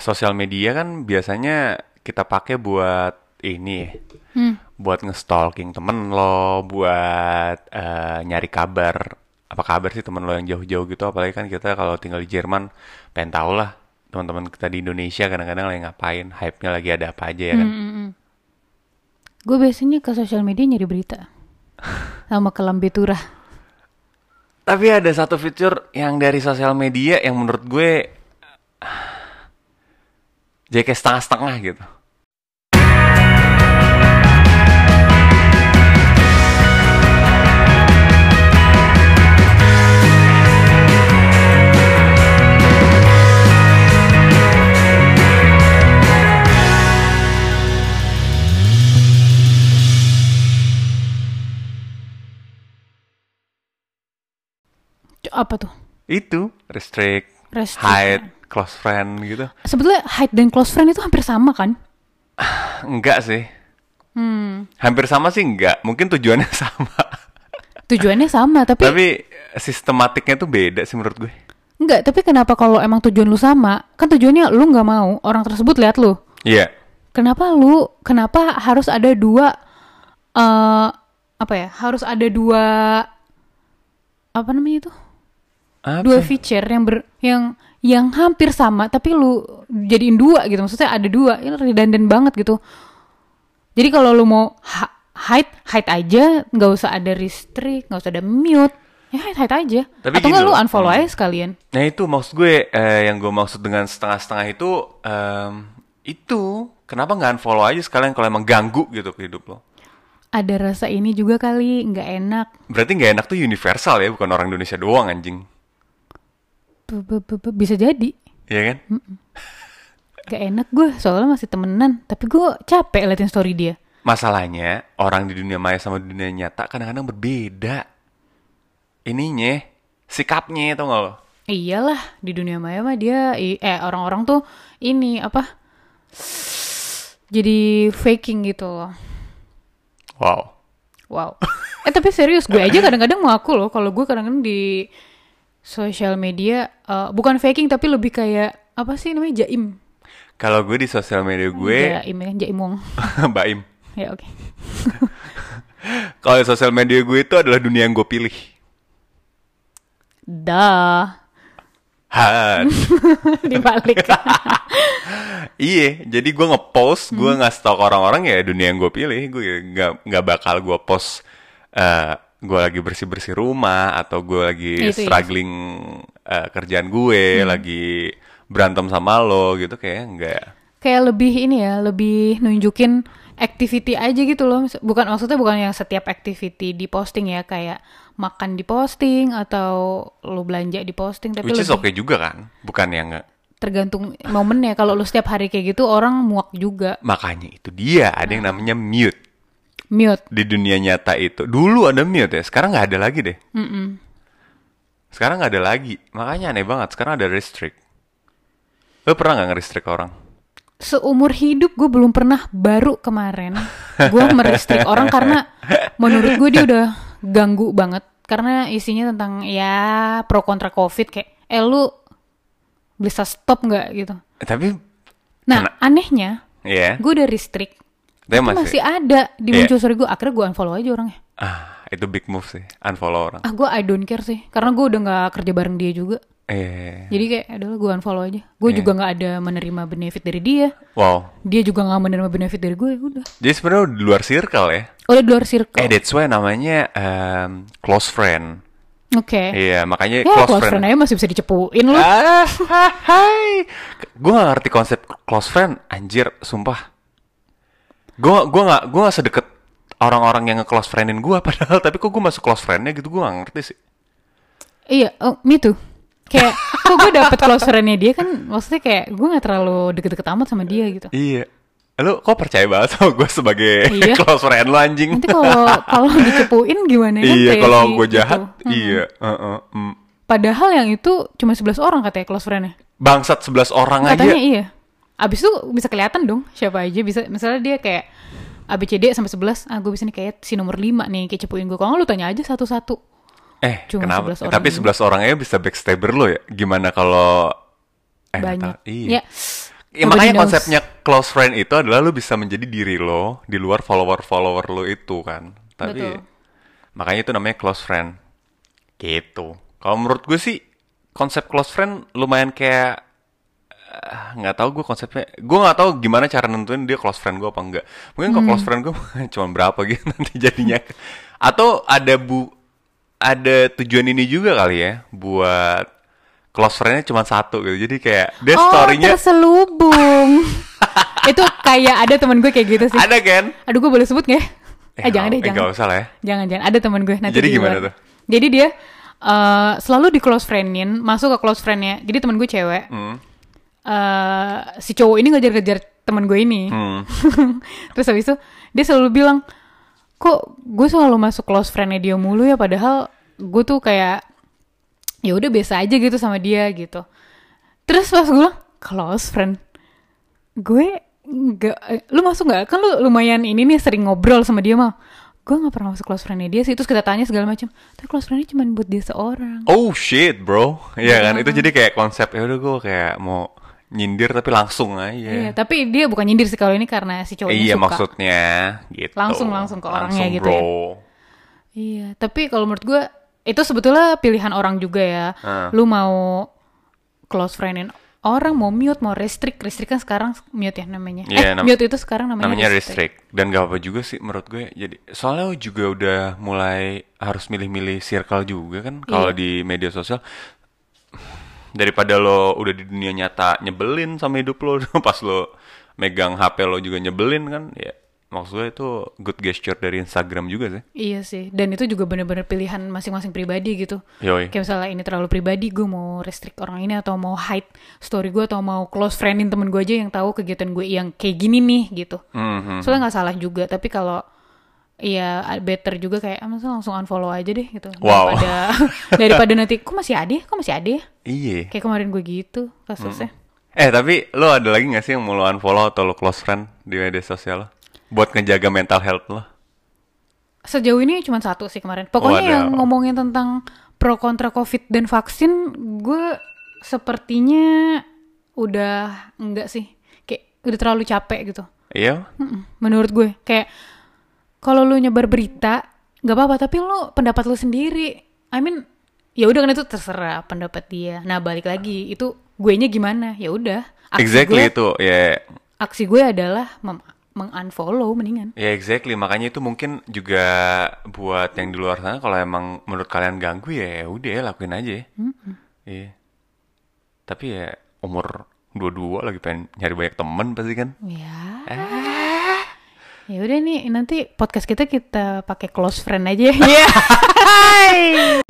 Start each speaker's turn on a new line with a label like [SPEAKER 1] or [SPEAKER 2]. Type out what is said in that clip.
[SPEAKER 1] sosial media kan biasanya kita pakai buat ini ya,
[SPEAKER 2] Hmm.
[SPEAKER 1] buat ngestalking temen lo, buat eh, nyari kabar. Apa kabar sih temen lo yang jauh-jauh gitu? Apalagi kan kita kalau tinggal di Jerman, pengen tau lah teman-teman kita di Indonesia kadang-kadang lagi ngapain, hype-nya lagi ada apa aja ya kan?
[SPEAKER 2] Hmm. Gue biasanya ke sosial media nyari berita. Sama ke Lambe Turah.
[SPEAKER 1] Tapi ada satu fitur yang dari sosial media yang menurut gue jadi kayak setengah-setengah gitu.
[SPEAKER 2] C- Apa tuh?
[SPEAKER 1] Itu restrict,
[SPEAKER 2] Restrict.
[SPEAKER 1] hide, close friend gitu.
[SPEAKER 2] Sebetulnya hide dan close friend itu hampir sama kan?
[SPEAKER 1] Enggak sih.
[SPEAKER 2] Hmm.
[SPEAKER 1] Hampir sama sih enggak. Mungkin tujuannya sama.
[SPEAKER 2] Tujuannya sama, tapi,
[SPEAKER 1] Tapi eh, sistematiknya tuh beda sih menurut gue.
[SPEAKER 2] enggak. Tapi kenapa kalau emang tujuan lu sama, kan tujuannya lu nggak mau orang tersebut lihat lu.
[SPEAKER 1] Iya.
[SPEAKER 2] Kenapa lu? Kenapa harus ada dua? eh apa ya? Harus ada dua apa namanya itu?
[SPEAKER 1] Apa
[SPEAKER 2] dua
[SPEAKER 1] sih?
[SPEAKER 2] feature yang ber yang yang hampir sama tapi lu jadiin dua gitu maksudnya ada dua ini redundant banget gitu jadi kalau lu mau ha- hide hide aja nggak usah ada restrict nggak usah ada mute ya hide hide aja
[SPEAKER 1] Tapi
[SPEAKER 2] atau
[SPEAKER 1] gini
[SPEAKER 2] nggak lu
[SPEAKER 1] loh,
[SPEAKER 2] unfollow aja sekalian
[SPEAKER 1] Nah itu maksud gue eh, yang gue maksud dengan setengah-setengah itu em, itu kenapa nggak unfollow aja sekalian kalau emang ganggu gitu ke hidup lo.
[SPEAKER 2] ada rasa ini juga kali nggak enak
[SPEAKER 1] Berarti nggak enak tuh universal ya bukan orang Indonesia doang anjing,
[SPEAKER 2] Be- be- be- be- bisa jadi
[SPEAKER 1] Iya kan?
[SPEAKER 2] Hmm. nggak enak gue soalnya masih temenan tapi gue capek liatin story dia
[SPEAKER 1] Masalahnya orang di dunia maya sama di dunia nyata kadang-kadang berbeda. Ininya, sikapnya tau gak lo?
[SPEAKER 2] Iyalah di dunia maya mah dia i- eh orang-orang tuh ini apa jadi faking gitu loh.
[SPEAKER 1] Wow.
[SPEAKER 2] Wow. Eh tapi serius gue aja kadang-kadang mau aku loh kalau gue kadang-kadang di sosial media eh, bukan faking tapi lebih kayak apa sih namanya jaim.
[SPEAKER 1] Kalau gue di sosial media gue,
[SPEAKER 2] jaim ya kan jaim wong.
[SPEAKER 1] Mbak Im.
[SPEAKER 2] ya oke.
[SPEAKER 1] Kalau di sosial media gue itu adalah dunia yang gue pilih.
[SPEAKER 2] Dah
[SPEAKER 1] Han.
[SPEAKER 2] dibalik.
[SPEAKER 1] Iya, jadi gue ngepost, gue
[SPEAKER 2] Hmm.
[SPEAKER 1] ngasih tau ke orang-orang ya dunia yang gue pilih, gue nggak nggak bakal gue post eh gue lagi bersih bersih rumah atau gue lagi
[SPEAKER 2] Itu ya. Hmm.
[SPEAKER 1] struggling eh, kerjaan gue, lagi berantem sama lo gitu kayaknya nggak.
[SPEAKER 2] kayak lebih ini ya, lebih nunjukin activity aja gitu loh. Mis- Bukan maksudnya bukan yang setiap activity di posting ya, kayak makan di posting atau lu belanja di posting tapi
[SPEAKER 1] Which is
[SPEAKER 2] lebih
[SPEAKER 1] okay juga kan, bukan yang nggak.
[SPEAKER 2] tergantung momennya. Kalau lu setiap hari kayak gitu orang muak juga.
[SPEAKER 1] Makanya itu dia ada
[SPEAKER 2] Nah.
[SPEAKER 1] yang namanya mute
[SPEAKER 2] Mute.
[SPEAKER 1] di dunia nyata itu. Dulu ada mute ya, sekarang nggak ada lagi deh.
[SPEAKER 2] Mm-mm.
[SPEAKER 1] Sekarang nggak ada lagi, makanya aneh banget. Sekarang ada restrict. Lo pernah nggak nge-restrict orang?
[SPEAKER 2] Seumur hidup gue belum pernah baru kemarin gue merestrik orang karena menurut gue dia udah ganggu banget karena isinya tentang ya pro kontra covid kayak eh lu bisa stop nggak gitu
[SPEAKER 1] Tapi
[SPEAKER 2] Nah, anehnya,
[SPEAKER 1] ya.
[SPEAKER 2] gue udah restrict.
[SPEAKER 1] Tapi
[SPEAKER 2] Itu
[SPEAKER 1] masih,
[SPEAKER 2] masih ada di
[SPEAKER 1] Iya.
[SPEAKER 2] muncul story gue. Akhirnya gue unfollow aja orangnya.
[SPEAKER 1] ah itu big move sih unfollow orang.
[SPEAKER 2] Ah, gue I don't care sih. Karena gue udah nggak kerja bareng dia juga.
[SPEAKER 1] Eh
[SPEAKER 2] Jadi kayak, adalah gue unfollow aja.
[SPEAKER 1] Ya.
[SPEAKER 2] Gue juga nggak ada menerima benefit dari dia.
[SPEAKER 1] wow.
[SPEAKER 2] Dia juga nggak menerima benefit dari gue. Udah. Oh,
[SPEAKER 1] Jadi sebenarnya di luar circle ya.
[SPEAKER 2] Udah di luar circle.
[SPEAKER 1] Eh
[SPEAKER 2] Oke.
[SPEAKER 1] that's why namanya em, close friend. Iya makanya
[SPEAKER 2] Ya, close, friend. aja masih bisa dicepuin loh.
[SPEAKER 1] Ah, ha- hai. Gue gak ngerti konsep close friend, anjir, sumpah. Gue gua gak gua gak sedekat orang-orang yang nge-close friendin gue padahal tapi kok gue masuk close friendnya gitu gue gak ngerti sih.
[SPEAKER 2] Iya, oh, me too. Kayak, kok gue dapet close friendnya dia kan, maksudnya kayak gue nggak terlalu deket-deket amat sama dia gitu.
[SPEAKER 1] Iya. Lu kok percaya banget sama gue sebagai
[SPEAKER 2] Iya.
[SPEAKER 1] close friend lo anjing?
[SPEAKER 2] Nanti kalau kalau dicepuin gimana kan
[SPEAKER 1] iya,
[SPEAKER 2] kayak
[SPEAKER 1] kalau
[SPEAKER 2] di-
[SPEAKER 1] gue jahat,
[SPEAKER 2] gitu.
[SPEAKER 1] iya. Heeh, mm.
[SPEAKER 2] Padahal yang itu cuma 11 orang katanya close friend-nya.
[SPEAKER 1] Bangsat 11 orang aja.
[SPEAKER 2] Katanya iya. Abis itu bisa kelihatan dong siapa aja bisa. Misalnya dia kayak ABCD sampai 11, ah gue bisa nih kayak si nomor 5 nih kayak cepuin gue. Kalau nggak lu tanya aja satu-satu.
[SPEAKER 1] Eh,
[SPEAKER 2] Cuma
[SPEAKER 1] kenapa?
[SPEAKER 2] 11 orang
[SPEAKER 1] Tapi
[SPEAKER 2] ini.
[SPEAKER 1] 11 orangnya bisa backstabber lo ya? Gimana kalau... Eh, nggak
[SPEAKER 2] Banyak.
[SPEAKER 1] tahu. Iya.
[SPEAKER 2] Ya.
[SPEAKER 1] Ya,
[SPEAKER 2] Nobody
[SPEAKER 1] makanya
[SPEAKER 2] knows.
[SPEAKER 1] konsepnya close friend itu adalah lu bisa menjadi diri lo di luar follower-follower lo itu kan. Tapi
[SPEAKER 2] Betul.
[SPEAKER 1] makanya itu namanya close friend. Gitu. Kalau menurut gue sih konsep close friend lumayan kayak eh, nggak tahu gue konsepnya gue nggak tahu gimana cara nentuin dia close friend gue apa enggak mungkin kalau
[SPEAKER 2] Hmm.
[SPEAKER 1] close friend gue cuma berapa gitu nanti jadinya atau ada bu ada tujuan ini juga kali ya buat close friendnya cuma satu gitu jadi kayak dia
[SPEAKER 2] oh,
[SPEAKER 1] storynya
[SPEAKER 2] terselubung. itu kayak ada temen gue kayak gitu sih.
[SPEAKER 1] ada kan
[SPEAKER 2] Aduh, gue boleh sebut nggak? ya?
[SPEAKER 1] Eh,
[SPEAKER 2] Eh, jangan deh,
[SPEAKER 1] nggak- eh,
[SPEAKER 2] jangan.
[SPEAKER 1] nggak usah lah ya.
[SPEAKER 2] Jangan, jangan. Ada temen gue nanti
[SPEAKER 1] Jadi
[SPEAKER 2] di
[SPEAKER 1] gimana
[SPEAKER 2] luar.
[SPEAKER 1] tuh?
[SPEAKER 2] Jadi dia eh, selalu di close friendin, masuk ke close friendnya. Jadi temen gue cewek.
[SPEAKER 1] Hmm.
[SPEAKER 2] Eh, si cowok ini ngejar-ngejar temen gue ini.
[SPEAKER 1] Hmm.
[SPEAKER 2] Terus habis itu dia selalu bilang, kok gue selalu masuk close friendnya dia mulu ya padahal gue tuh kayak ya udah biasa aja gitu sama dia gitu. Terus pas gue bilang, close friend, gue nggak, eh, lu masuk nggak? Kan lu lumayan ini nih sering ngobrol sama dia mah. Gue nggak pernah masuk close friendnya dia sih. Terus kita tanya segala macam. Tapi close friendnya cuma buat dia seorang.
[SPEAKER 1] Oh shit bro, Iya kan itu jadi kayak konsep ya udah gue kayak mau nyindir tapi langsung
[SPEAKER 2] Iya,
[SPEAKER 1] aja.
[SPEAKER 2] tapi dia bukan nyindir sih kalau ini karena si cowoknya
[SPEAKER 1] iya
[SPEAKER 2] suka.
[SPEAKER 1] maksudnya gitu.
[SPEAKER 2] Langsung- langsung ke orangnya
[SPEAKER 1] Langsung,
[SPEAKER 2] gitu
[SPEAKER 1] bro.
[SPEAKER 2] ya. Iya, tapi kalau menurut gue itu sebetulnya pilihan orang juga ya.
[SPEAKER 1] Ah.
[SPEAKER 2] Lu mau close friendin orang mau mute mau restrict restrict kan sekarang mute ya namanya eh
[SPEAKER 1] Iya, nam-
[SPEAKER 2] mute itu sekarang namanya,
[SPEAKER 1] Namanya restrict dan gak apa juga sih menurut gue. Jadi soalnya juga udah mulai harus milih-milih circle juga kan kalau
[SPEAKER 2] Iya.
[SPEAKER 1] di media sosial daripada lo udah di dunia nyata nyebelin sama hidup lo pas lo megang HP lo juga nyebelin kan ya maksud gue itu good gesture dari Instagram juga sih.
[SPEAKER 2] Iya sih, dan itu juga bener-bener pilihan masing-masing pribadi gitu.
[SPEAKER 1] Yoi.
[SPEAKER 2] Kayak misalnya ini terlalu pribadi, gue mau restrict orang ini atau mau hide story gue atau mau close friendin temen gue aja yang tahu kegiatan gue yang kayak gini nih gitu.
[SPEAKER 1] Mhm.
[SPEAKER 2] Soalnya nggak salah juga, tapi kalau Iya, better juga kayak ah, masa langsung unfollow aja deh gitu.
[SPEAKER 1] Wow.
[SPEAKER 2] Daripada daripada nanti kok masih ada, ya? kok masih ada ya?
[SPEAKER 1] Iya.
[SPEAKER 2] Kayak kemarin gue gitu kasusnya.
[SPEAKER 1] Eh tapi lo ada lagi gak sih yang mau lo unfollow atau lo close friend di media sosial lo? Buat ngejaga mental health lo?
[SPEAKER 2] Sejauh ini cuma satu sih kemarin. Pokoknya
[SPEAKER 1] Waduh.
[SPEAKER 2] yang ngomongin tentang pro kontra COVID dan vaksin, gue sepertinya udah enggak sih. Kayak udah terlalu capek gitu.
[SPEAKER 1] Iya?
[SPEAKER 2] Mm-mm, Menurut gue kayak kalau lu nyebar berita nggak apa-apa, tapi lu pendapat lu sendiri. I mean, ya udah kan itu terserah pendapat dia. Nah balik lagi itu gue nya gimana? Ya udah. Aksi
[SPEAKER 1] Exactly
[SPEAKER 2] gue,
[SPEAKER 1] itu. Ya,
[SPEAKER 2] Aksi gue adalah mem- mengunfollow mendingan.
[SPEAKER 1] ya exactly. Makanya itu mungkin juga buat yang di luar sana kalau emang menurut kalian ganggu ya ya udah ya, lakuin aja. ya. Iya. Tapi ya umur dua-dua lagi pengen nyari banyak temen pasti kan.
[SPEAKER 2] Ya. Ya ya. udah nih nanti podcast kita kita pakai close friend aja. Iya.